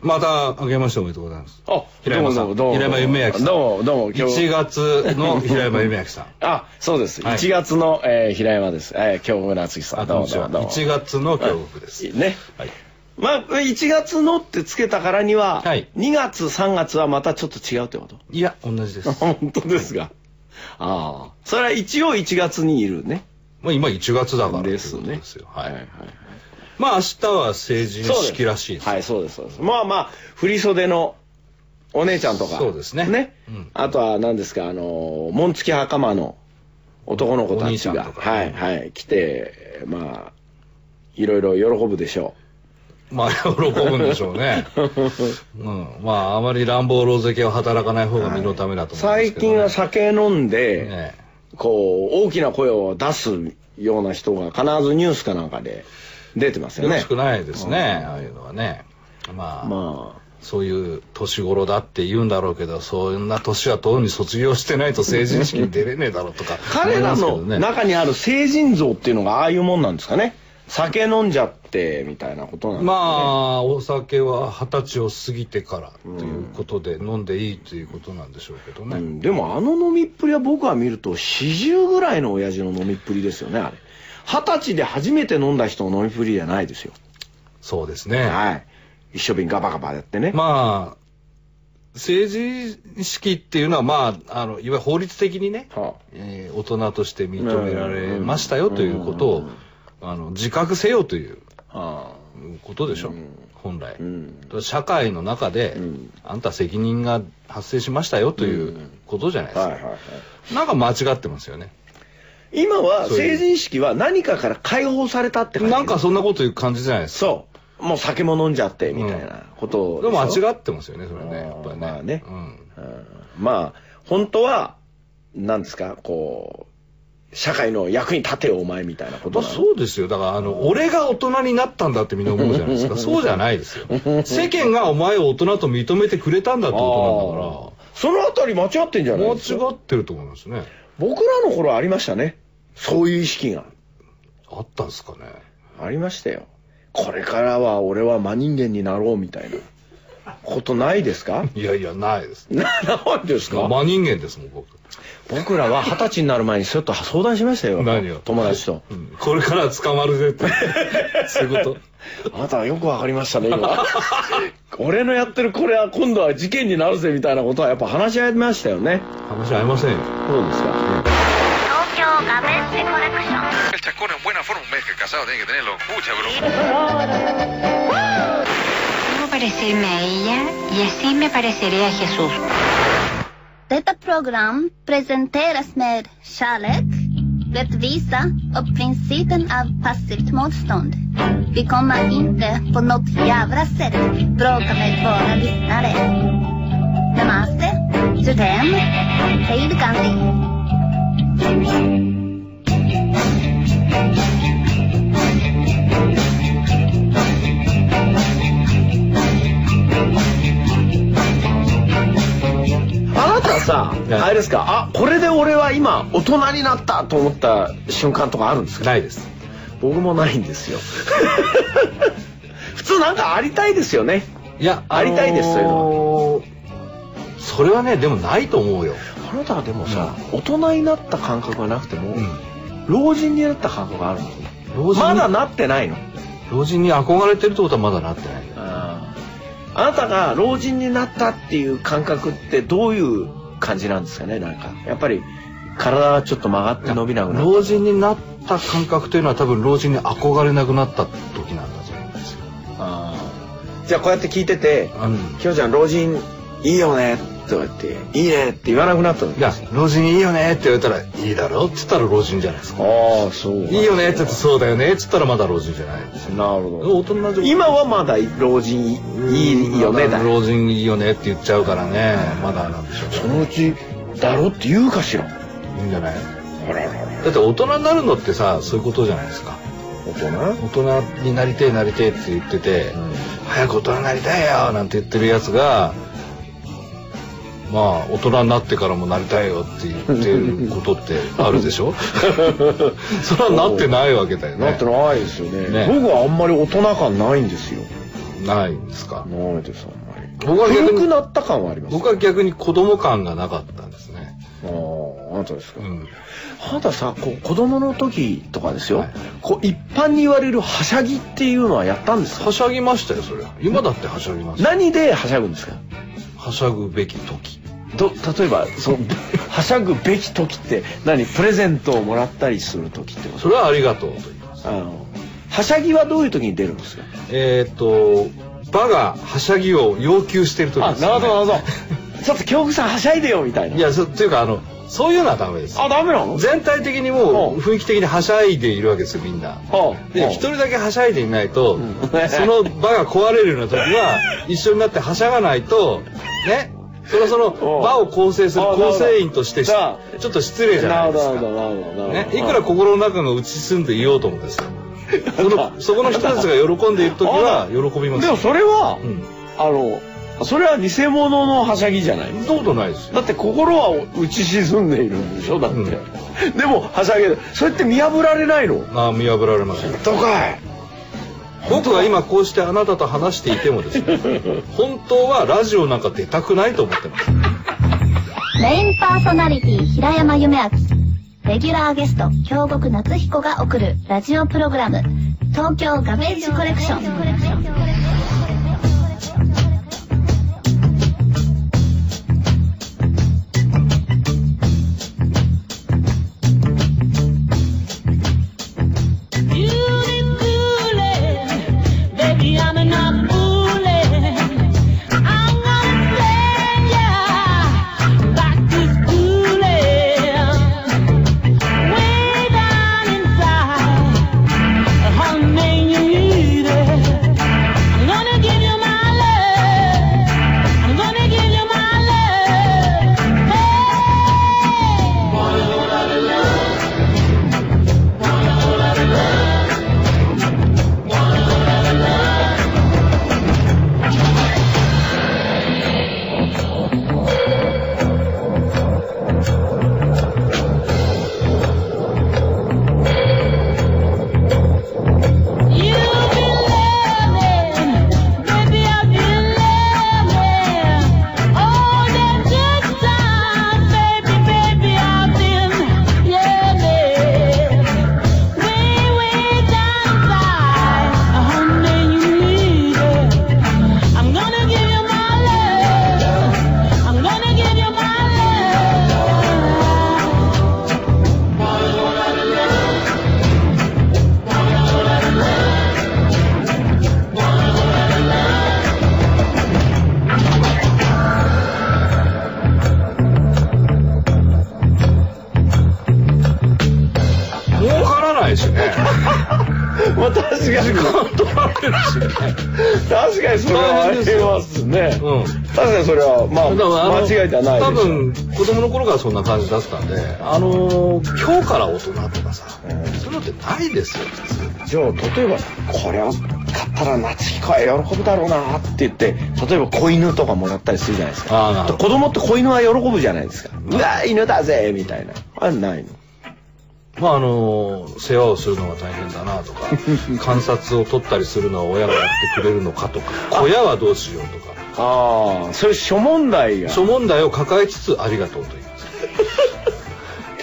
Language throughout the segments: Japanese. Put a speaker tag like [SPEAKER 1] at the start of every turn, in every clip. [SPEAKER 1] また明けましておめでとうございます。
[SPEAKER 2] あ、
[SPEAKER 1] 平山さん
[SPEAKER 2] どうもどうも
[SPEAKER 1] 平山夢明さん
[SPEAKER 2] どうも、どうも、今
[SPEAKER 1] 1
[SPEAKER 2] 日。
[SPEAKER 1] 月 の平山夢明さん。
[SPEAKER 2] あ、そうです。
[SPEAKER 1] はい
[SPEAKER 2] 1月の、えー平山です。えー、京極夏樹さ
[SPEAKER 1] あ、
[SPEAKER 2] ん。ど
[SPEAKER 1] こんに
[SPEAKER 2] うも、
[SPEAKER 1] ち
[SPEAKER 2] どう
[SPEAKER 1] は。
[SPEAKER 2] も、どうも。
[SPEAKER 1] 1月の京極です。
[SPEAKER 2] ね。
[SPEAKER 1] はい。
[SPEAKER 2] まあ、1月のってつけたからには、
[SPEAKER 1] はい
[SPEAKER 2] 2月、3月はまたちょっと違うってこと
[SPEAKER 1] いや、同じ です。
[SPEAKER 2] 本当ですが。ああ。それは一応1月にいるね。
[SPEAKER 1] まあ今1月だから。
[SPEAKER 2] です
[SPEAKER 1] ということ
[SPEAKER 2] ね
[SPEAKER 1] ですよ。。は
[SPEAKER 2] はい
[SPEAKER 1] い。まあ明日は成人
[SPEAKER 2] そうです
[SPEAKER 1] 式らしいです。
[SPEAKER 2] はい、そうです、そうです。まあまあ、振り袖のお姉ちゃんとか。
[SPEAKER 1] そうですね
[SPEAKER 2] ね。
[SPEAKER 1] うん
[SPEAKER 2] あとは何ですか、あの、紋付き袴の男の子
[SPEAKER 1] お
[SPEAKER 2] たちが、
[SPEAKER 1] 兄ちゃんとか
[SPEAKER 2] はい、はい、来て、まあ、いろいろ喜ぶでしょ
[SPEAKER 1] まあ喜ぶんでしょうね。 うん。まああまり乱暴老関は働かない方が身のためだ
[SPEAKER 2] う。
[SPEAKER 1] と思うんです
[SPEAKER 2] 最
[SPEAKER 1] けど、
[SPEAKER 2] 近
[SPEAKER 1] ね。
[SPEAKER 2] は酒飲んで、
[SPEAKER 1] ねえ
[SPEAKER 2] こう、大きな声を出すような人が必ずニュースかなんかで出てますよ
[SPEAKER 1] よろ
[SPEAKER 2] ね
[SPEAKER 1] し。くないですね、ああいうのはね。まあ、
[SPEAKER 2] まあ。。
[SPEAKER 1] そういう年頃だって言うんだろうけど、そんな年はとうに卒業してないと成人式に出れねえだろうとか
[SPEAKER 2] 彼
[SPEAKER 1] 思いま
[SPEAKER 2] らの
[SPEAKER 1] すけどね、
[SPEAKER 2] 中にある成人像っていうのがああいうもんなんですかね酒飲んじゃってみたいなことなんですかね
[SPEAKER 1] まあ、お酒は二十歳を過ぎてからということで、飲んでいいということなんでしょうけどね。
[SPEAKER 2] うんでもあの飲みっぷりは僕は見ると40ぐらいの親父の飲みっぷりですよねあれ二十歳で初めて飲んだ人の飲みっぷりじゃないですよ
[SPEAKER 1] そうですね。
[SPEAKER 2] はい一生瓶ガバガバやってね、
[SPEAKER 1] まあ、成人式っていうのは、まあ、あの、いわゆる法律的にね、
[SPEAKER 2] は
[SPEAKER 1] えー大人として認められましたよということを、あの、自覚せよという。
[SPEAKER 2] ああ
[SPEAKER 1] ことでしょ、本来、
[SPEAKER 2] ん
[SPEAKER 1] 社会の中で、
[SPEAKER 2] ん
[SPEAKER 1] あんた責任が発生しましたよということじゃないですか、
[SPEAKER 2] はいはいはい
[SPEAKER 1] なんか間違ってますよね
[SPEAKER 2] 今は
[SPEAKER 1] そうい
[SPEAKER 2] 成
[SPEAKER 1] う
[SPEAKER 2] 人式は何かから解放されたって感じ
[SPEAKER 1] なんかそんなこと言う感じじゃないですか
[SPEAKER 2] そうもう酒も飲んじゃってみたいなこと
[SPEAKER 1] でも
[SPEAKER 2] しょ
[SPEAKER 1] 間違ってますよねそれねやっぱりね,、
[SPEAKER 2] まあね
[SPEAKER 1] うん、
[SPEAKER 2] うんまあ本当は何ですかこう社会の役に立てよお前みたいなこと
[SPEAKER 1] まあ
[SPEAKER 2] なの
[SPEAKER 1] そうですよだからあの俺が大人になったんだってみんな思うじゃないですかそうじゃない ですよ世間がお前を大人と認めてくれたんだってこ
[SPEAKER 2] あーそのあたり間違ってんじ
[SPEAKER 1] とな
[SPEAKER 2] ゃ
[SPEAKER 1] んだ
[SPEAKER 2] ない
[SPEAKER 1] から間
[SPEAKER 2] ですか
[SPEAKER 1] 違ってると思いますね
[SPEAKER 2] 僕らの頃ありましたねそういう意識が
[SPEAKER 1] あったんですかね
[SPEAKER 2] ありましたよこれからは俺は真人間になろうみたいなことないです か
[SPEAKER 1] いやいやないです
[SPEAKER 2] なないですか、
[SPEAKER 1] 真人間ですもん僕
[SPEAKER 2] 僕らは二十歳になる前にちょっと相談しましたよ
[SPEAKER 1] 何を
[SPEAKER 2] 友達と
[SPEAKER 1] うんこれから捕まるぜ って。そういうこと。
[SPEAKER 2] あなたはよくわかりましたね、今。 俺のやってるこれは今度は事件になるぜみたいなことはやっぱ話し合いましたよね。
[SPEAKER 1] 話合いませんよ。
[SPEAKER 2] そうですか。
[SPEAKER 3] 東京ガベッセコレクション
[SPEAKER 4] El chacón en buena forma, un mes que casado tiene que tenerlo. Mucha broma.
[SPEAKER 5] Debo parecerme a ella y así me pareceré a Jesús.
[SPEAKER 6] Detta program presenteras med kärlek, rättvisa och principen av passivt motstånd. Vi kommer inte på något jävla sätt bråka med våra lyssnare. Namaste, Judem, Hej Gandhi.
[SPEAKER 2] あなたさ、
[SPEAKER 1] ね
[SPEAKER 2] あれですか、あ、これで俺は今大人になったと思った瞬間とかあるんですか
[SPEAKER 1] ないです。
[SPEAKER 2] 僕もないんですよ。 普通なんかありたいですよね。
[SPEAKER 1] いや、
[SPEAKER 2] ありたいです
[SPEAKER 1] あのーそれはね、でもないと思うよ。
[SPEAKER 2] あなたはでもさ、大人になった感覚がなくても、
[SPEAKER 1] うん
[SPEAKER 2] 老人になった感覚があるの
[SPEAKER 1] 老人
[SPEAKER 2] ま
[SPEAKER 1] に、
[SPEAKER 2] だなってないの。
[SPEAKER 1] 老人に憧れてるってことはまだなってないよ。
[SPEAKER 2] あーあなたが老人になったっていう感覚ってどういう感じなんですかねなんかやっぱり体がちょっと曲がって伸びなくなっ
[SPEAKER 1] 老人になった感覚というのは多分老人に憧れなくなった時なんだと思うんですよ。
[SPEAKER 2] たじゃあこうやって聞いてて「
[SPEAKER 1] う
[SPEAKER 2] きょうちゃん老人いいよね」って言って「いいね」って言わなくなったの
[SPEAKER 1] ん。いや、老人いいよねって言われたら、いいだろうって言ったら老人じゃないですか。
[SPEAKER 2] ああそう
[SPEAKER 1] いいよねって言ってそうだよねって言ったらまだ老人じゃないです。
[SPEAKER 2] なるほど
[SPEAKER 1] 大人じゃ
[SPEAKER 2] 今はまだ老人いいよねだ
[SPEAKER 1] 老人いいよねって言っちゃうからねまだなんでしょうけ
[SPEAKER 2] そ
[SPEAKER 1] ど
[SPEAKER 2] のうち「だろ」って言うかしら
[SPEAKER 1] いいんじゃないだって大人になるのってさそういうことじゃないですか
[SPEAKER 2] 大人
[SPEAKER 1] 大人になりてえなりてえって言ってて、早く大人になりたいよなんて言ってるやつがまあ大人になってからもなりたいよって言ってることってあるで しょそれはなってないわけだよね
[SPEAKER 2] なってないですよね
[SPEAKER 1] ね
[SPEAKER 2] 僕はあんまり大人感ないんですよ
[SPEAKER 1] ないんですか。
[SPEAKER 2] ないです、あんまり。
[SPEAKER 1] 僕は逆
[SPEAKER 2] 古く
[SPEAKER 1] に、
[SPEAKER 2] なった感はあります。
[SPEAKER 1] 僕は逆に子供感がなかったんですね。
[SPEAKER 2] ああ、あなたですか
[SPEAKER 1] う。ん。
[SPEAKER 2] あなたさ、こう、子供の時とかですよ。
[SPEAKER 1] はい
[SPEAKER 2] こう、一般に言われるはしゃぎっていうのはやったんですか
[SPEAKER 1] はしゃぎましたよ、それは。今だってはしゃぎますよ。
[SPEAKER 2] 何ではしゃぐんですか
[SPEAKER 1] はしゃぐべき時。
[SPEAKER 2] ど例えば そのはしゃぐべき時って何プレゼントをもらったりする時ってこと
[SPEAKER 1] それはありがとうと言います。
[SPEAKER 2] あのはしゃぎはどういう時に出るんですか
[SPEAKER 1] えーっと、バがはしゃぎを要求してる時
[SPEAKER 2] あ
[SPEAKER 1] です、ね。
[SPEAKER 2] なるほどなるほどちょっと京極さんはしゃいでよみたいない
[SPEAKER 1] や、そって いうか、あの、そういうのはダメです。
[SPEAKER 2] あダメなの
[SPEAKER 1] 全体的にも
[SPEAKER 2] う
[SPEAKER 1] うん雰囲気的にはしゃいでいるわけですよ、みんな。
[SPEAKER 2] はあは
[SPEAKER 1] で、
[SPEAKER 2] あ
[SPEAKER 1] 一人だけはしゃいでいないと、
[SPEAKER 2] うん
[SPEAKER 1] その場が壊れるような時は、 一緒になってはしゃがないと、ね、それはその
[SPEAKER 2] うん
[SPEAKER 1] 場を構成する
[SPEAKER 2] あなるほ
[SPEAKER 1] 構
[SPEAKER 2] ど
[SPEAKER 1] 成員としてし、ち
[SPEAKER 2] さあ
[SPEAKER 1] ょっと失礼じゃないですか。
[SPEAKER 2] なるほどなるほどなる
[SPEAKER 1] ね
[SPEAKER 2] ほ、ど
[SPEAKER 1] いくら心の中が打ち進んでいようともですよ。その、そこの人たちが喜んでいる時は
[SPEAKER 2] あ
[SPEAKER 1] 喜びます。
[SPEAKER 2] でもそれは、
[SPEAKER 1] うん。
[SPEAKER 2] あのそれは偽物のはしゃぎじゃない
[SPEAKER 1] そんなことないですよ。
[SPEAKER 2] だって心は打ち沈んでいるんでしょだって、
[SPEAKER 1] うん
[SPEAKER 2] でもはしゃぎそれって見破られないの
[SPEAKER 1] ああ、見破られますよ。
[SPEAKER 2] どかい
[SPEAKER 1] 僕が今こうしてあなたと話していてもです ね、本当はラジオなんか出たくないと思ってます。
[SPEAKER 6] メインパーソナリティ平山夢明レギュラーゲスト京極夏彦が送るラジオプログラム「東京ガベージコレクション」
[SPEAKER 1] 儲からないし ね。
[SPEAKER 2] まあ確かに
[SPEAKER 1] 時間取られるしね。
[SPEAKER 2] 確かにそれはありますね、
[SPEAKER 1] うん。
[SPEAKER 2] 確かにそれはま
[SPEAKER 1] だからあ
[SPEAKER 2] あ
[SPEAKER 1] の
[SPEAKER 2] 間違いではないでし
[SPEAKER 1] 多
[SPEAKER 2] ょ
[SPEAKER 1] 分子供の頃からそんな感じだったんで、あのー今日から大人とかさ、
[SPEAKER 2] うん
[SPEAKER 1] そういうのってないですよ、普通。
[SPEAKER 2] じゃあ例えばこれを買ったら夏彦は喜ぶだろうなって言って例えば子犬とかもらったりするじゃないですか
[SPEAKER 1] ああなるほど
[SPEAKER 2] 子供って子犬は喜ぶじゃないですかうわ犬だぜみたいなあないの
[SPEAKER 1] まああのー世話をするのが大変だなと か観察を取ったりするのは親がやってくれるのかとか小屋はどうしようとか
[SPEAKER 2] ああそういう諸問題が
[SPEAKER 1] 諸問題を抱えつつありがとうと言います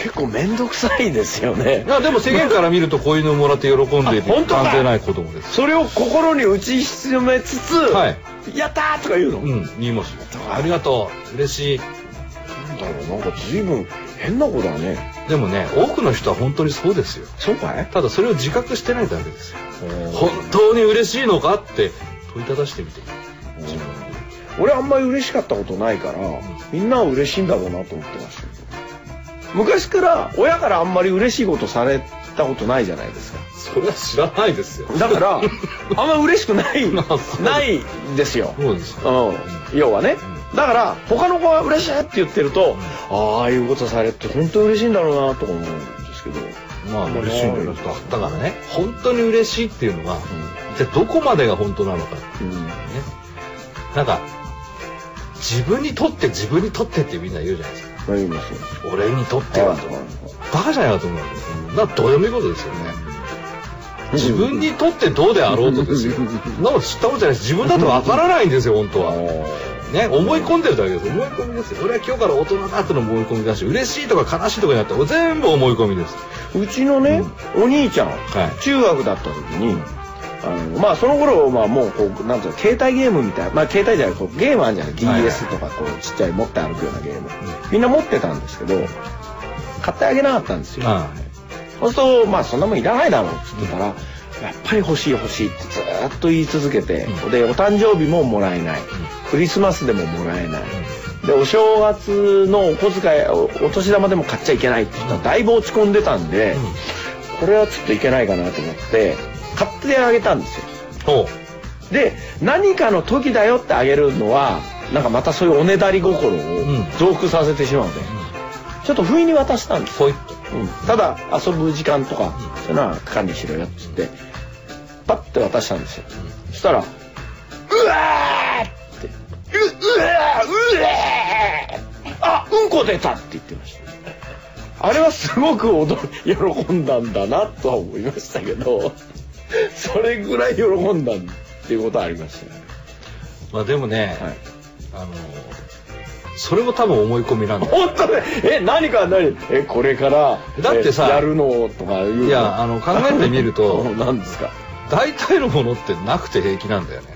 [SPEAKER 2] 結構面倒くさいですよ ね
[SPEAKER 1] いやでも世間から見るとこういうのをもらって喜んでいる
[SPEAKER 2] あ本当だ
[SPEAKER 1] 関係ない子供です
[SPEAKER 2] それを心に打ち沈めつつ、
[SPEAKER 1] はい
[SPEAKER 2] やったーとか言うの、
[SPEAKER 1] うん言いますよありがとう嬉しい
[SPEAKER 2] なんだろうなんか随分変な子だね
[SPEAKER 1] でもね多くの人は本当にそうですよ
[SPEAKER 2] そうかい
[SPEAKER 1] ただそれを自覚してないだけですよ本当に嬉しいのかって問いただしてみて
[SPEAKER 2] 俺あんまり嬉しかったことないから、みんなは嬉しいんだろうなと思ってました昔から親からあんまり嬉しいことされたことないじゃないですか
[SPEAKER 1] それは知らないですよ
[SPEAKER 2] だから あんま嬉しくない
[SPEAKER 1] まあそう
[SPEAKER 2] ないですよ、
[SPEAKER 1] そうですよ
[SPEAKER 2] うん、要はね、だから他の子が嬉しいって言ってると、ああいうことされて本当嬉しいんだろうなとか思うんですけど
[SPEAKER 1] まあ嬉しいんだけどだからね本当に嬉しいっていうのは、じゃあどこまでが本当なのかって
[SPEAKER 2] うん
[SPEAKER 1] ねなんか自分にとって自分にとってってみんな言うじゃないですか
[SPEAKER 2] まあ言いますよ
[SPEAKER 1] 俺にとってはと
[SPEAKER 2] はい
[SPEAKER 1] バカじゃないかと思うわけですよだからどうでもいいことですよね自分にとってどうであろうとですよ。そんなこと知ったことじゃないし、自分だとわからないんですよ、本当は。ね、思い込んでるだけです。思い込みですよ。俺は今日から大人だってのも思い込みだし、嬉しいとか悲しいとかになって、全部思い込みです。
[SPEAKER 2] うちのね、お兄ちゃん、
[SPEAKER 1] い
[SPEAKER 2] 中学だった時に、あのまあその頃はもうこうなんていうの携帯ゲームみたいまあ携帯じゃないこうゲームあるじゃない
[SPEAKER 1] はい
[SPEAKER 2] DS とかこうちっちゃい持って歩くようなゲームみんな持ってたんですけど買ってあげなかったんですよ
[SPEAKER 1] ま
[SPEAKER 2] そうするとまあそんなもんいらないだろうっつってたらやっぱり欲しい欲しいってずーっと言い続けて
[SPEAKER 1] う
[SPEAKER 2] でお誕生日ももらえないクリスマスでももらえないでお正月のお小遣いおお年玉でも買っちゃいけないって言ったらだいぶ落ち込んでたんでこれはちょっといけないかなと思って買ってあげたんですよ
[SPEAKER 1] あ、ほ
[SPEAKER 2] で何かの時だよってあげるのはなんかまたそういうおねだり心を
[SPEAKER 1] ん
[SPEAKER 2] 増幅させてしまうのでちょっと不意に渡したんです
[SPEAKER 1] う、ポイッと。
[SPEAKER 2] ただ遊ぶ時間とかそういうのは管理しろよっつってパッて渡したんですよそしたら「うわー!」って「ううわーうわー!」あうんこ出たって言ってましたあれはすごく驚喜んだんだなとは思いましたけどそれぐらい喜んだっていうことはありましたね
[SPEAKER 1] まあでもね、
[SPEAKER 2] はい
[SPEAKER 1] あの、それも多分思い込みなんだよ。
[SPEAKER 2] 本当ねえ何か何えこれから
[SPEAKER 1] だってさ
[SPEAKER 2] えやるのとかいうの
[SPEAKER 1] いやあの考えてみると
[SPEAKER 2] 何ですか
[SPEAKER 1] 大体のものってなくて平気なんだよね。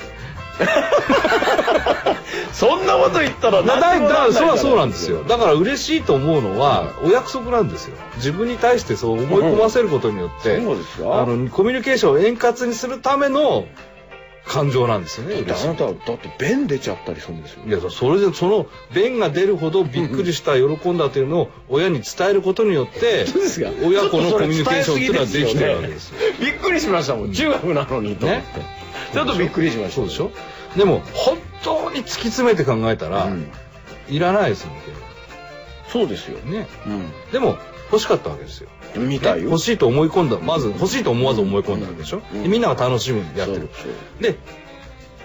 [SPEAKER 2] そんなこと言ったら
[SPEAKER 1] だ
[SPEAKER 2] 何
[SPEAKER 1] だ
[SPEAKER 2] にも
[SPEAKER 1] だか
[SPEAKER 2] な
[SPEAKER 1] ら
[SPEAKER 2] んない
[SPEAKER 1] そ
[SPEAKER 2] か
[SPEAKER 1] れ
[SPEAKER 2] ら
[SPEAKER 1] はそうなんですよ。だから嬉しいと思うのはお約束なんですよ。自分に対してそう思い込ませることによって、
[SPEAKER 2] うんそうですよ
[SPEAKER 1] あのコミュニケーションを円滑にするための感情なんですよね。
[SPEAKER 2] だって
[SPEAKER 1] 嬉しい
[SPEAKER 2] あなただって便出ちゃったりするんですよ
[SPEAKER 1] いやそれでその便が出るほどびっくりした喜んだというのを親に伝えることによって
[SPEAKER 2] 本当ですか
[SPEAKER 1] 親子のコミュニケーションっていうのはできてるわけですよ。
[SPEAKER 2] びっくりしましたもん中学なのにと思って、
[SPEAKER 1] ね
[SPEAKER 2] ちょっとびっくりしました
[SPEAKER 1] そうでしょでも本当に突き詰めて考えたら、
[SPEAKER 2] うん
[SPEAKER 1] いらないですもん
[SPEAKER 2] そうですよね
[SPEAKER 1] ねねでも欲しかったわけですよ、
[SPEAKER 2] うんみたいよ
[SPEAKER 1] 欲しいと思い込んだまず欲しいと思わず思い込んだわけでしょ、
[SPEAKER 2] うん
[SPEAKER 1] でみんなが楽しむやって
[SPEAKER 2] そ
[SPEAKER 1] る
[SPEAKER 2] うそう
[SPEAKER 1] で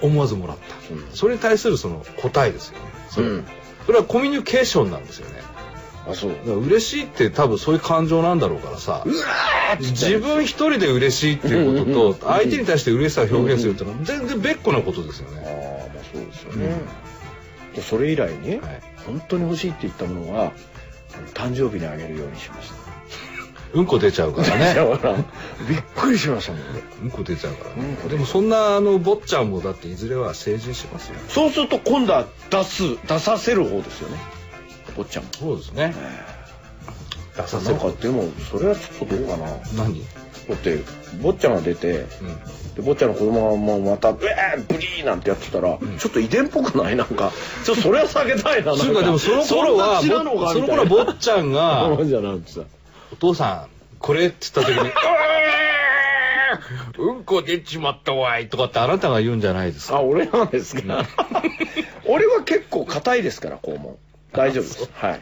[SPEAKER 1] 思わずもらった、
[SPEAKER 2] うん
[SPEAKER 1] それに対するその答えですよねそれ,、
[SPEAKER 2] うん
[SPEAKER 1] それはコミュニケーションなんですよね
[SPEAKER 2] あそう
[SPEAKER 1] だから嬉しいって多分そういう感情なんだろうからさ自分一人で嬉しいっていう
[SPEAKER 2] うんうんう
[SPEAKER 1] こ
[SPEAKER 2] ん
[SPEAKER 1] とと相手に対して嬉しさを表現するっていうのは全然別個なことですよね、
[SPEAKER 2] ああまあそうですよね、でそれ以来ね、
[SPEAKER 1] はい
[SPEAKER 2] 本当に欲しいって言ったものは誕生日にあげるようにしました
[SPEAKER 1] うんこ出ちゃうから
[SPEAKER 2] いや
[SPEAKER 1] ね。
[SPEAKER 2] ほらびっくりしましたもんね
[SPEAKER 1] うんこ出ちゃうから、
[SPEAKER 2] うんこ出ちゃう
[SPEAKER 1] でもそんなあの坊ちゃんもだっていずれは成人しますよ。
[SPEAKER 2] そうすると今度は出す出させる方ですよねおっちゃんも
[SPEAKER 1] そうですね。出させ
[SPEAKER 2] なん
[SPEAKER 1] る
[SPEAKER 2] か。でもそれはちょっとどうかなだ
[SPEAKER 1] 何？うん。
[SPEAKER 2] って坊ちゃんが出てで坊ちゃんの子供がもうまた「うえーブリー!」なんてやってたら、ちょっと遺伝っぽくないなんかちょっとそれは避けたいななん
[SPEAKER 1] つうかでもその頃は
[SPEAKER 2] そんな血なの
[SPEAKER 1] ぼ
[SPEAKER 2] か
[SPEAKER 1] その頃は
[SPEAKER 2] みたい
[SPEAKER 1] 坊ちゃん
[SPEAKER 2] な
[SPEAKER 1] が
[SPEAKER 2] そうじゃなんてさ
[SPEAKER 1] お父さんこれって言った 時に。うんこ出ちまったわいとかってあなたが言うんじゃないですか。
[SPEAKER 2] あ俺なんですか 俺は結構硬いですから肛門大丈夫ですはい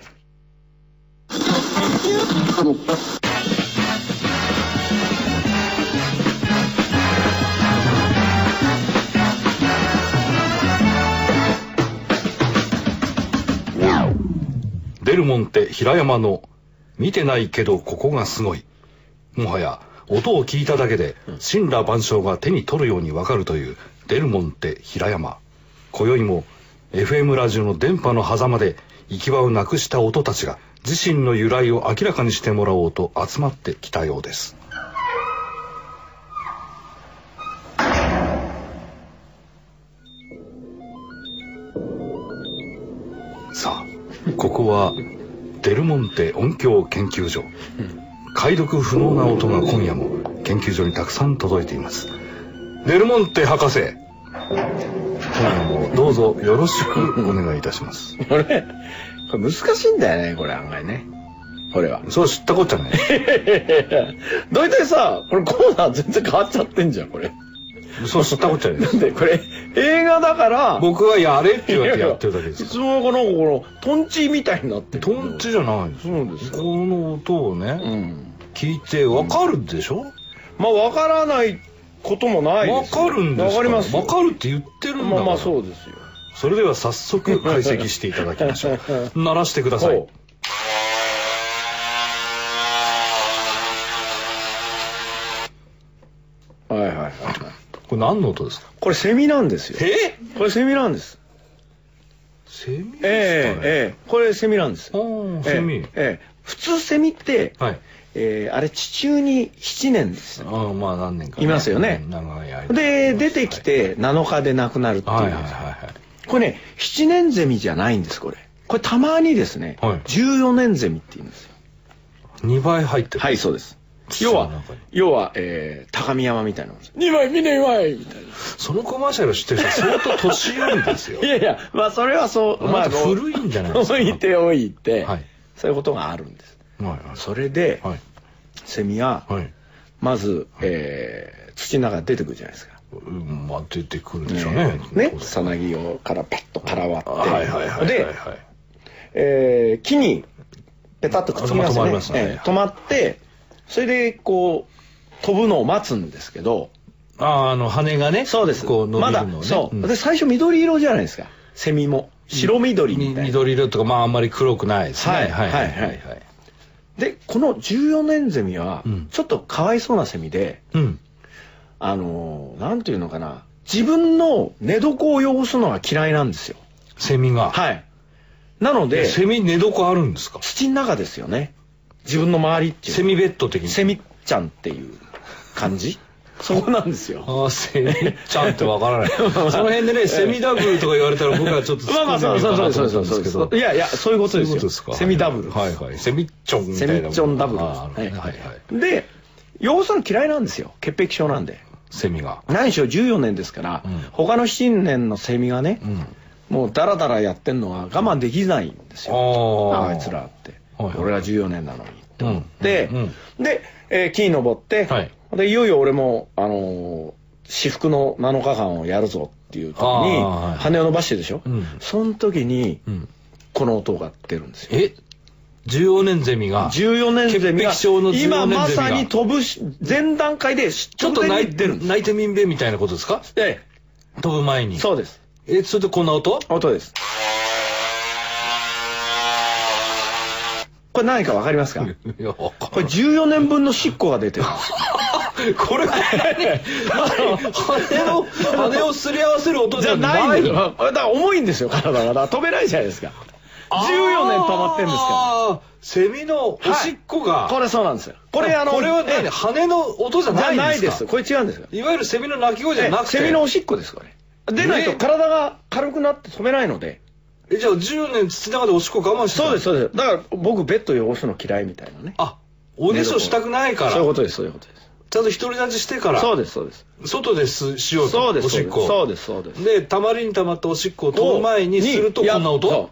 [SPEAKER 1] デルモンテ平山の見てないけどここがすごい。もはや音を聞いただけで神羅万象が手に取るようにわかるというデルモンテ平山。今宵も FM ラジオの電波の狭間で行き場をなくした音たちが自身の由来を明らかにしてもらおうと集まってきたようです。さあここはデルモンテ音響研究所解読不能な音が今夜も研究所にたくさん届いていますデルモンテ博士今夜もどうぞよろしくお願いいたします
[SPEAKER 2] これ、これ難しいんだよね、これ案外ね。これは。
[SPEAKER 1] そう知ったこっちゃない
[SPEAKER 2] 大体さ、これコーナー全然変わっちゃってんじゃん、これ。
[SPEAKER 1] そう知ったこっちゃない
[SPEAKER 2] なんで、これ、映画だから、
[SPEAKER 1] 僕がやれって言われてやってるだけで
[SPEAKER 2] い
[SPEAKER 1] す
[SPEAKER 2] つもこの、この、トンチみたいになってる。
[SPEAKER 1] トンチじゃないんです
[SPEAKER 2] そうですか。
[SPEAKER 1] この音を
[SPEAKER 2] う
[SPEAKER 1] ね
[SPEAKER 2] ん。
[SPEAKER 1] 聞いてわかるでしょ
[SPEAKER 2] まあ、わからないこともない
[SPEAKER 1] わ
[SPEAKER 2] ですよ
[SPEAKER 1] かるんです
[SPEAKER 2] わかりますよ。
[SPEAKER 1] わかるって言ってるんだから
[SPEAKER 2] まあまあ、そうですよ。
[SPEAKER 1] それでは早速解析していただきまし ょう鳴らしてください
[SPEAKER 2] ほ
[SPEAKER 1] 何の音ですか
[SPEAKER 2] これセミなんですよ。
[SPEAKER 1] え
[SPEAKER 2] これセミなんです。
[SPEAKER 1] セミですかね
[SPEAKER 2] ええええこれセミなんです。
[SPEAKER 1] おー
[SPEAKER 2] ええ
[SPEAKER 1] セミ
[SPEAKER 2] ええ普通セミって、
[SPEAKER 1] はい
[SPEAKER 2] えーあれ地中に7年ですね。
[SPEAKER 1] ああまあ何年か、
[SPEAKER 2] いますよね
[SPEAKER 1] うん長い間
[SPEAKER 2] で、出てきて7日で亡くなるっていう。
[SPEAKER 1] はいはいはいはい
[SPEAKER 2] これね、7年ゼミじゃないんです、これ。これたまにですね、
[SPEAKER 1] はい
[SPEAKER 2] 14年ゼミって言うんですよ。
[SPEAKER 1] 2倍入ってる
[SPEAKER 2] はい、そうです。
[SPEAKER 1] 土
[SPEAKER 2] 要
[SPEAKER 1] の
[SPEAKER 2] は
[SPEAKER 1] 中に、
[SPEAKER 2] 要は、えー高見山みたいなもんです。2枚見ねえわいみたいな。
[SPEAKER 1] そのコマーシャル知ってる人相当年寄りですよ
[SPEAKER 2] いやいや、まあそれはそう、
[SPEAKER 1] あな
[SPEAKER 2] まあ
[SPEAKER 1] た古いんじゃないですか
[SPEAKER 2] 置いておいて、
[SPEAKER 1] はい
[SPEAKER 2] そういうことがあるんです。
[SPEAKER 1] はいはい
[SPEAKER 2] それで、
[SPEAKER 1] はい
[SPEAKER 2] セミは、
[SPEAKER 1] はい
[SPEAKER 2] まず、えー土の中に出てくるじゃないですか。
[SPEAKER 1] うんまあ出てくるでしょうね
[SPEAKER 2] ね
[SPEAKER 1] 当、然
[SPEAKER 2] さなぎをからパッとから割って、
[SPEAKER 1] はいはいはい
[SPEAKER 2] で
[SPEAKER 1] はい、はい
[SPEAKER 2] えー木にペタッとくっつきます
[SPEAKER 1] 止まり
[SPEAKER 2] よね。
[SPEAKER 1] ますね
[SPEAKER 2] えー止まって、それでこう飛ぶのを待つんですけど、
[SPEAKER 1] あああの羽がね
[SPEAKER 2] そうです。
[SPEAKER 1] こう伸び
[SPEAKER 2] ま
[SPEAKER 1] る
[SPEAKER 2] だ
[SPEAKER 1] のをね、
[SPEAKER 2] そう、
[SPEAKER 1] ん
[SPEAKER 2] で最初緑色じゃないですか。セミも白緑みたいな。
[SPEAKER 1] み緑色とかまああんまり黒くないですね
[SPEAKER 2] はい
[SPEAKER 1] はい
[SPEAKER 2] はいはい
[SPEAKER 1] はい
[SPEAKER 2] でこの14年ゼミは
[SPEAKER 1] うん
[SPEAKER 2] ちょっとかわいそうなセミで、
[SPEAKER 1] うん
[SPEAKER 2] あのーなんていうのかな自分の寝床を汚すのが嫌いなんですよ
[SPEAKER 1] セミが
[SPEAKER 2] はいなので
[SPEAKER 1] セミ寝床あるんですか
[SPEAKER 2] 土の中ですよね自分の周りっていう
[SPEAKER 1] セミベッド的に
[SPEAKER 2] セミちゃんっていう感じ そこなんですよ
[SPEAKER 1] ああセミちゃんってわから ないその辺でねセミダブルとか言われたら僕はちょっと
[SPEAKER 2] まあまあそうそうそうそうそうそう
[SPEAKER 1] そう
[SPEAKER 2] いやいやそういうことですよ
[SPEAKER 1] か
[SPEAKER 2] セミダブル
[SPEAKER 1] はいはいセミチョンみた
[SPEAKER 2] セ
[SPEAKER 1] いなもん
[SPEAKER 2] ミチョンダブル
[SPEAKER 1] ああある
[SPEAKER 2] で
[SPEAKER 1] ね
[SPEAKER 2] す
[SPEAKER 1] はいはい
[SPEAKER 2] で汚すの嫌いなんですよ潔癖症なんで
[SPEAKER 1] セミが
[SPEAKER 2] 何しろ14年ですから、
[SPEAKER 1] うん
[SPEAKER 2] 他の7年のセミがね、
[SPEAKER 1] うん
[SPEAKER 2] もうダラダラやってんのは我慢できないんですよ。
[SPEAKER 1] あ
[SPEAKER 2] あ
[SPEAKER 1] あ
[SPEAKER 2] いつらって。
[SPEAKER 1] はいはい
[SPEAKER 2] 俺は14年なのにって思っ
[SPEAKER 1] うんうん
[SPEAKER 2] て、で、えー木に登って、
[SPEAKER 1] はい
[SPEAKER 2] で、いよいよ俺も、あのー私服の7日間をやるぞっていう時に、
[SPEAKER 1] あーはい
[SPEAKER 2] 羽を伸ばしてでしょ、
[SPEAKER 1] うん
[SPEAKER 2] その時に、
[SPEAKER 1] うん
[SPEAKER 2] この音が出るんですよ。
[SPEAKER 1] え14年ゼミが
[SPEAKER 2] 14年ゼミが
[SPEAKER 1] 潔癖症の14年ゼミが
[SPEAKER 2] 今まさに飛ぶし前段階で
[SPEAKER 1] ちょっと泣いてる
[SPEAKER 2] んです。
[SPEAKER 1] 泣いてみんべみたいなことですか
[SPEAKER 2] え
[SPEAKER 1] 飛ぶ前に
[SPEAKER 2] えそうです。
[SPEAKER 1] えそれでこんな音
[SPEAKER 2] 音です。これ何かわかりますか
[SPEAKER 1] いやわかん
[SPEAKER 2] これ14年分の尻尾が出てるんですよ。
[SPEAKER 1] こ れは何羽を羽をすり合わせる音じ
[SPEAKER 2] じゃ
[SPEAKER 1] ゃない
[SPEAKER 2] ないんだよ。だから重いんですよ、体が。だから飛べないじゃないですか。14年溜まってんですから
[SPEAKER 1] セミのお
[SPEAKER 2] ら。はい
[SPEAKER 1] しっこが、
[SPEAKER 2] これそうなんですよ。これあの、
[SPEAKER 1] これは
[SPEAKER 2] ええ
[SPEAKER 1] 何羽の音じゃ
[SPEAKER 2] じゃ
[SPEAKER 1] な
[SPEAKER 2] ないい
[SPEAKER 1] んで
[SPEAKER 2] ですす。
[SPEAKER 1] か
[SPEAKER 2] これ違うんですよ。
[SPEAKER 1] いわゆるセミの鳴き声じゃなくて
[SPEAKER 2] ええセミのおしっこです、これ。出ない
[SPEAKER 1] ええ
[SPEAKER 2] と体が軽くなって飛べないので。
[SPEAKER 1] えじゃあ14年土の中でおしっこ我慢してた
[SPEAKER 2] そうです、そうです。だから僕ベッド汚すの嫌いみたいなね。
[SPEAKER 1] あおねしょしたくないから
[SPEAKER 2] そういうこと
[SPEAKER 1] ち
[SPEAKER 2] です、そういうことです。
[SPEAKER 1] ゃんと独り立ちしてから
[SPEAKER 2] そうです、そうです。
[SPEAKER 1] 外ですしようと
[SPEAKER 2] そうです
[SPEAKER 1] おしっこ
[SPEAKER 2] そうですそうですそう
[SPEAKER 1] でたまりにたまったおしっこを飛ぶ前にするとこんな
[SPEAKER 2] や
[SPEAKER 1] 音
[SPEAKER 2] そう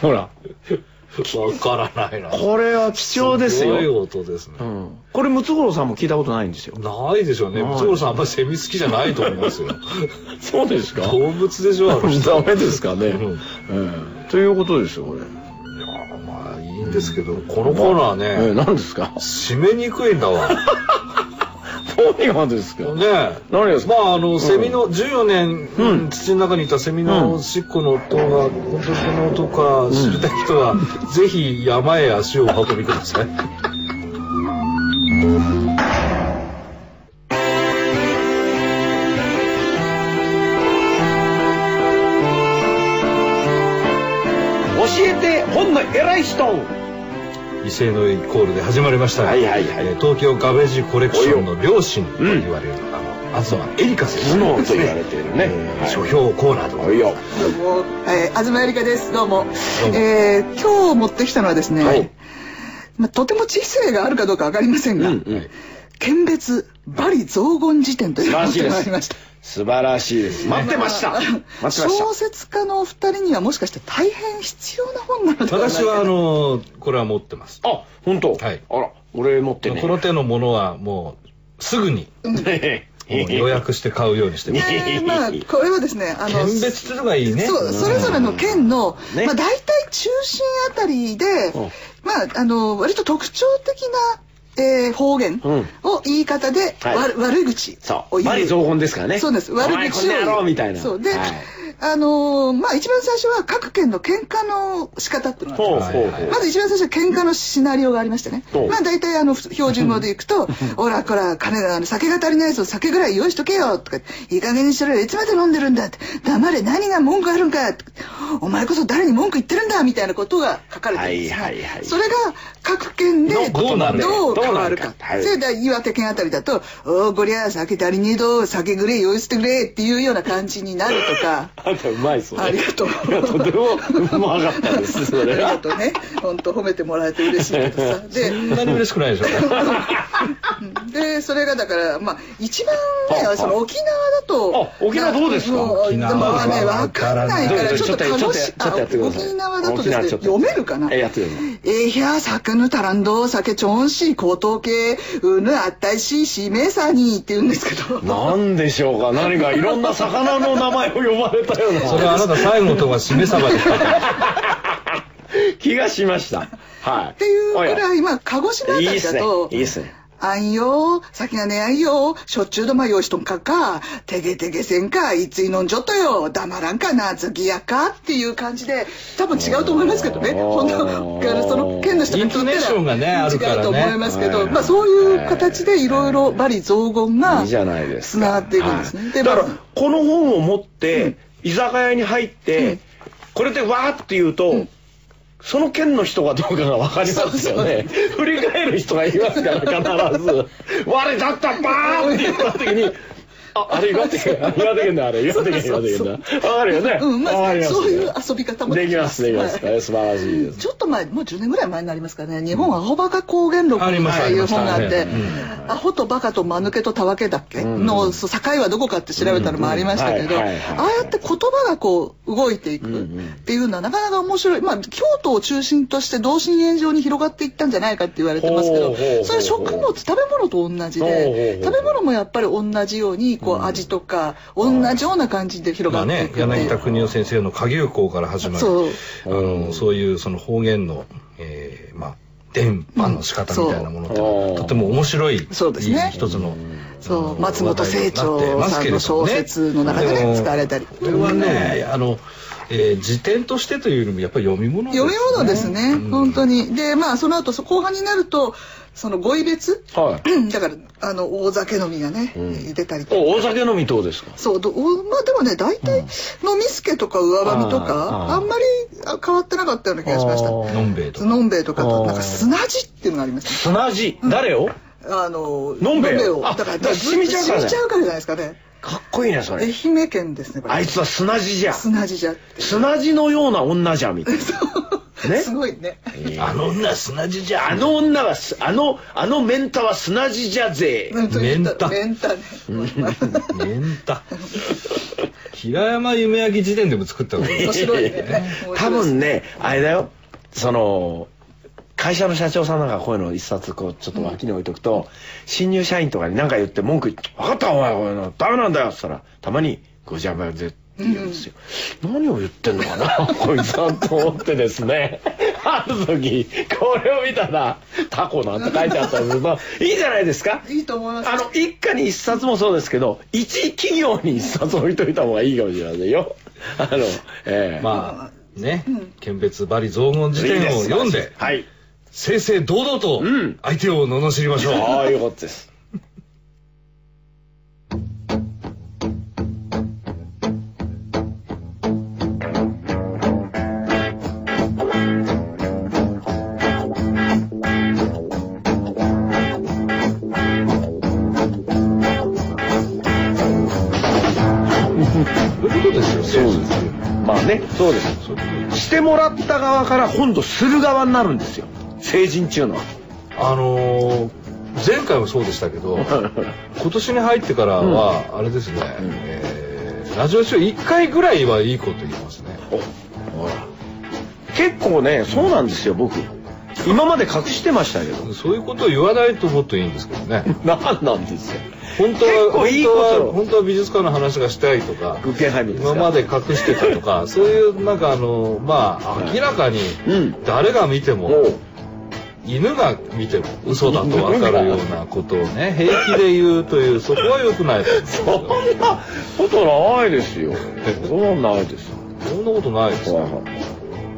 [SPEAKER 2] ほら
[SPEAKER 1] わからないな
[SPEAKER 2] これは貴重ですよ
[SPEAKER 1] すごい音ですね、
[SPEAKER 2] うん、これムツゴロウさんも聞いたことないんですよ
[SPEAKER 1] ないでしょうね
[SPEAKER 2] ない
[SPEAKER 1] ムツゴロウさんあんまりセミ好きじゃないと思いますよ
[SPEAKER 2] そうですか
[SPEAKER 1] 動物でしょあの人
[SPEAKER 2] ダメですかね、
[SPEAKER 1] うん
[SPEAKER 2] うんということですよこれ
[SPEAKER 1] まあいいんですけどこのコーナーね、
[SPEAKER 2] え何ですか
[SPEAKER 1] 締めにくいんだ わ。ね
[SPEAKER 2] 何がですか
[SPEAKER 1] え。
[SPEAKER 2] 何ですか
[SPEAKER 1] まああの、セミの14年、
[SPEAKER 2] うん
[SPEAKER 1] 土の中にいたセミのおしっこの音が、本当にこの音か知りたい人は、ぜひ山へ足をお運びくださ い。
[SPEAKER 2] 教えて本の偉い人
[SPEAKER 1] 威勢のいいコールで始まりましたが、
[SPEAKER 2] はいはいはい
[SPEAKER 1] えー東京ガベージコレクションの両親と
[SPEAKER 2] うん
[SPEAKER 1] 言われる、あのあずはエリカ先生です
[SPEAKER 2] 頭脳と言われているね
[SPEAKER 1] えー
[SPEAKER 2] はい
[SPEAKER 1] 書評コーナーでございます
[SPEAKER 2] よ
[SPEAKER 7] どうも、えー、東ゆりかです。どうも。
[SPEAKER 1] どうも
[SPEAKER 7] えー今日持ってきたのはですね、
[SPEAKER 2] はい
[SPEAKER 7] まあ、とても知性があるかどうかわかりませんが、
[SPEAKER 2] うんうん
[SPEAKER 7] 県別バリ雑言辞典という
[SPEAKER 2] 素晴ら
[SPEAKER 7] のを持っ
[SPEAKER 2] しいで
[SPEAKER 7] てまいりますした。
[SPEAKER 2] 素晴らしいです待ってま した
[SPEAKER 7] あ
[SPEAKER 2] 待ってま
[SPEAKER 7] 小
[SPEAKER 2] し
[SPEAKER 7] 説家のお二人にはもしかして大変必要な本なのではないか
[SPEAKER 1] 私はあのーこれは持ってます、
[SPEAKER 2] たあ本当、
[SPEAKER 1] はい
[SPEAKER 2] あら俺持ってね
[SPEAKER 1] この手のものはもうすぐに もう予 約して買うようにしてます
[SPEAKER 7] えーまあこれはですねあの
[SPEAKER 1] 県別ってのがいいね
[SPEAKER 7] そうそれぞれの県の、
[SPEAKER 2] ね
[SPEAKER 7] まあ、大体中心あたりで、
[SPEAKER 2] うん
[SPEAKER 7] まあ、あの割と特徴的な、えー方言
[SPEAKER 2] うん
[SPEAKER 7] を言い方で、
[SPEAKER 2] はい
[SPEAKER 7] わ悪口
[SPEAKER 2] そ
[SPEAKER 7] を
[SPEAKER 2] う。
[SPEAKER 7] 言う
[SPEAKER 2] バリ雑言ですからね。
[SPEAKER 7] そうです
[SPEAKER 2] お前
[SPEAKER 7] 悪口を
[SPEAKER 2] この野郎みたいな。
[SPEAKER 7] そうで、
[SPEAKER 2] はい
[SPEAKER 7] あのーまあ一番最初は各県の喧嘩の仕方っていうのがあって
[SPEAKER 2] ほうほう
[SPEAKER 1] はい
[SPEAKER 2] ほ
[SPEAKER 1] は
[SPEAKER 2] う
[SPEAKER 1] い
[SPEAKER 7] まず一番最初は喧嘩のシナリオがありましてね
[SPEAKER 2] ほう。
[SPEAKER 7] まあ大体あの標準語でいくと、おらこら、金があの酒が足りないぞ、酒ぐらい用意しとけよとか、いい加減にしろよ、いつまで飲んでるんだって、黙れ、何が文句あるんかとかお前こそ誰に文句言ってるんだみたいなことが書かれてるんですね。
[SPEAKER 2] はいはいはい
[SPEAKER 7] それが各県で
[SPEAKER 2] のことなんだ
[SPEAKER 7] ど
[SPEAKER 2] よ
[SPEAKER 7] う変わる
[SPEAKER 2] どうな
[SPEAKER 7] か
[SPEAKER 2] る。かはい
[SPEAKER 7] それで岩手県あたりだと、おーこりゃ酒足りねえど、酒ぐれえ用意してくれっていうような感じになる とか。
[SPEAKER 2] あんたうまいっすね
[SPEAKER 7] ありがとう
[SPEAKER 2] いや とてもうまかったですそれ
[SPEAKER 7] ありが
[SPEAKER 2] は
[SPEAKER 7] とうね。本当褒めてもらえて嬉しいけどさ。で
[SPEAKER 1] そ、んなに嬉しくないでしょ。
[SPEAKER 7] でそれがだからまあ一番ね
[SPEAKER 2] ああ
[SPEAKER 7] その沖縄だと
[SPEAKER 2] あ沖縄どうですか
[SPEAKER 7] まあ
[SPEAKER 1] 沖縄は
[SPEAKER 7] まあね
[SPEAKER 1] わ
[SPEAKER 7] わ
[SPEAKER 1] か
[SPEAKER 7] からら
[SPEAKER 1] な
[SPEAKER 7] ないいから
[SPEAKER 2] ち
[SPEAKER 7] ちょ
[SPEAKER 2] ょっ
[SPEAKER 7] っ
[SPEAKER 2] と
[SPEAKER 7] と楽しい
[SPEAKER 2] ちょっとちょっとやってください
[SPEAKER 7] あ沖縄だとですね
[SPEAKER 2] 沖縄ちょっと
[SPEAKER 7] 読めるかな
[SPEAKER 2] えやってください
[SPEAKER 7] えーひゃさくぬたらんどさけちょんし高等系うぬあったいししめさにって言うんですけど
[SPEAKER 2] なんでしょうか何かいろんな魚の名前を呼ばれたよう
[SPEAKER 1] それ
[SPEAKER 2] な
[SPEAKER 1] はあなた最後のとはしめさばでしたから。
[SPEAKER 2] 気がしましたはいっ
[SPEAKER 7] っていうくらいまあ鹿児島あ
[SPEAKER 2] い
[SPEAKER 7] た
[SPEAKER 2] いっ
[SPEAKER 7] り
[SPEAKER 2] す
[SPEAKER 7] だ
[SPEAKER 2] ね
[SPEAKER 7] と
[SPEAKER 2] いいっすね
[SPEAKER 7] あんよ、先がねあんよ、しょっちゅうどま用意しとんかっか、てげてげせんか、いついのんじょっとよ、黙らんかな、ずぎやかっていう感じで、多分違うと思いますけどね、
[SPEAKER 2] あー
[SPEAKER 7] ほんと、あのその県の人が聞いた
[SPEAKER 1] イントネーションがねあるからね
[SPEAKER 7] 違うと思いますけ
[SPEAKER 2] はい
[SPEAKER 7] ど、
[SPEAKER 2] はい
[SPEAKER 7] まあそういう形でいろいろ罵詈雑言が、
[SPEAKER 2] いいじゃないですか
[SPEAKER 7] つながっていくんですね
[SPEAKER 2] はい
[SPEAKER 7] で
[SPEAKER 2] だから
[SPEAKER 7] まず
[SPEAKER 2] この本を持って居酒屋に入ってこれでわーって言うとその県の人がどうかが分かりますよね。振り返る人がいますから、必 ず。我だったばーンって言った時に、あ、あれ岩手県、あれ岩手県だ、あれ岩手県、岩手県だ。わかるよね。
[SPEAKER 7] うん、ま
[SPEAKER 2] わかりま
[SPEAKER 7] あ
[SPEAKER 2] す
[SPEAKER 7] そういう遊び方も
[SPEAKER 2] できます、できます。
[SPEAKER 7] はい
[SPEAKER 2] 素晴らしいです。
[SPEAKER 7] ちょっと前、もう10年ぐらい前になりますかね、日本アホバカ高原録っていう本が
[SPEAKER 1] あ
[SPEAKER 7] あって
[SPEAKER 1] りまし、
[SPEAKER 7] アホとバカと間抜けとたわけだっけ
[SPEAKER 2] うん
[SPEAKER 7] のそう境はどこかって調べたのもありましたけど、
[SPEAKER 2] うん
[SPEAKER 7] あ
[SPEAKER 2] うん
[SPEAKER 7] あ
[SPEAKER 2] はい
[SPEAKER 7] や
[SPEAKER 2] はいはい
[SPEAKER 7] って言葉がこう動いていくっていうのはなかなか面白い。まあ、京都を中心として同心円状に広がっていったんじゃないかって言われてます
[SPEAKER 2] ほ
[SPEAKER 7] け
[SPEAKER 2] う
[SPEAKER 7] ど
[SPEAKER 2] ほうほう、
[SPEAKER 7] それ食物、食べ物と同じ
[SPEAKER 2] ほうほうほ
[SPEAKER 7] で
[SPEAKER 2] う、
[SPEAKER 7] 食べ物もやっぱり同じように、こう味とか、同じような感じで広
[SPEAKER 1] ま
[SPEAKER 7] が
[SPEAKER 1] あ
[SPEAKER 7] って
[SPEAKER 1] ね
[SPEAKER 7] い、くってい
[SPEAKER 1] 柳
[SPEAKER 7] う
[SPEAKER 1] 田国夫先生の下牛校から始まる。
[SPEAKER 7] そう
[SPEAKER 1] あの、そういうその方言の、えーまあ、伝播の仕方みたいなものってのは
[SPEAKER 2] うんそう
[SPEAKER 1] とても面白い。
[SPEAKER 7] そうですね
[SPEAKER 1] いい一つの。
[SPEAKER 7] そう松本清張さんの小説の中でね使われたり
[SPEAKER 1] これはね、あの、えー辞典としてというよりもやっぱり読み物ですね
[SPEAKER 7] 読み物ですね、
[SPEAKER 1] うん
[SPEAKER 7] 本当にでまあその後そ後半になるとその語彙別
[SPEAKER 2] はい。
[SPEAKER 7] だからあの大酒飲みがね、
[SPEAKER 2] ん
[SPEAKER 7] 出たりとか
[SPEAKER 2] お、お酒飲みどうですか
[SPEAKER 7] そうどおまあでもね大体のみすけとか上ばみとか
[SPEAKER 2] あーあー
[SPEAKER 7] あんまりあ変わってなかったような気がしました
[SPEAKER 2] あー
[SPEAKER 1] のんべえとか。
[SPEAKER 7] のんべえとか
[SPEAKER 2] あ
[SPEAKER 7] と
[SPEAKER 2] ー
[SPEAKER 7] なんか砂地っていうのがありましたね
[SPEAKER 2] 砂地、誰を
[SPEAKER 7] あの
[SPEAKER 2] のんべえ
[SPEAKER 7] を
[SPEAKER 2] あ
[SPEAKER 7] だから
[SPEAKER 2] だから染みちゃうからね
[SPEAKER 7] 染みちゃうからじゃないですかね
[SPEAKER 2] かっこいいね、それ。
[SPEAKER 7] 愛媛県ですねこれ
[SPEAKER 2] あいつは砂地じゃ。
[SPEAKER 7] 砂地じゃ
[SPEAKER 2] 砂地のような女じゃ、みたいな。ね
[SPEAKER 7] すごいね
[SPEAKER 1] あの女砂地じゃ。
[SPEAKER 2] あの女はす、あの、あのメンタは砂地じゃぜ。
[SPEAKER 1] メンタ
[SPEAKER 7] メンタね。
[SPEAKER 1] メンタ。平山夢明辞典でも作ったの。
[SPEAKER 7] 面白いね。
[SPEAKER 2] 多分ね、あれだよ。その、会社の社長さんなんかこういうの一冊こうちょっと脇に置いとくと、新入社員とかに何か言って文句言って、分かったお前、こういうのダメなんだよって言ったら、たまに、ご邪魔でって言うんですよ。何を言ってんのかな、こいつはと思ってですね。ある時、これを見たら、タコなんて書いてあったんですけど、いいじゃないですか。
[SPEAKER 7] いいと思います。
[SPEAKER 2] あの、一家に一冊もそうですけど、一企業に一冊置いといた方がいいかもしれませんよ。あの、ええ
[SPEAKER 1] まあ、ね、県別バリ雑言辞典を読んで、
[SPEAKER 2] はい。
[SPEAKER 1] 正々堂々と
[SPEAKER 2] うん
[SPEAKER 1] 相手を罵りましょう。
[SPEAKER 2] ああ、よかったです。
[SPEAKER 1] そういうことですよね。
[SPEAKER 2] まあね、そうです。
[SPEAKER 1] そういうこ
[SPEAKER 2] してもらった側から今度する側になるんですよ。成人中のは。
[SPEAKER 1] とあのー前回もそうでしたけ ど、今年に入ってからは、あれですね、
[SPEAKER 2] うん
[SPEAKER 1] えーラジオ中1回ぐらいはいいこと言いますね。
[SPEAKER 2] おほら結構ね、そうなんですよ、僕。今まで隠してましたけど。
[SPEAKER 1] そういうことを言わないともっといいんですけどね。
[SPEAKER 2] なんなんですよ。
[SPEAKER 1] 本当は、
[SPEAKER 2] 結構いいこと
[SPEAKER 1] 本当は、本当は美術館の話がしたいとか、
[SPEAKER 2] グッケンハイムですか
[SPEAKER 1] 今まで隠してたとか、そういうなんかあの、まあ、明らかに
[SPEAKER 2] うん
[SPEAKER 1] 誰が見ても
[SPEAKER 2] もう、
[SPEAKER 1] 犬が見ても嘘だと分かるようなことをね平気で言うというそこは良くないと思うんです
[SPEAKER 2] そ
[SPEAKER 1] よ
[SPEAKER 2] んなことないですよ。そんなのないです。
[SPEAKER 1] そんなことないです
[SPEAKER 2] は
[SPEAKER 1] よ
[SPEAKER 2] い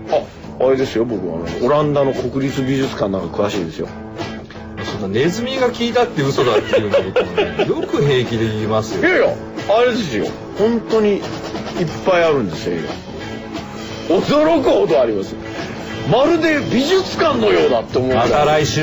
[SPEAKER 2] はい。あ、あれですよ、僕、あの、オランダの国立美術館なんか詳しいですよ。
[SPEAKER 1] そんなネズミが聞いたって嘘だっていうことをねよく平気で言います
[SPEAKER 2] いや
[SPEAKER 1] よ
[SPEAKER 2] いや、あれですよ。本当にいっぱいあるんですよ、今驚くほどあります。まるで美術館のようだって思うぐら
[SPEAKER 1] ま
[SPEAKER 2] い。
[SPEAKER 1] た来週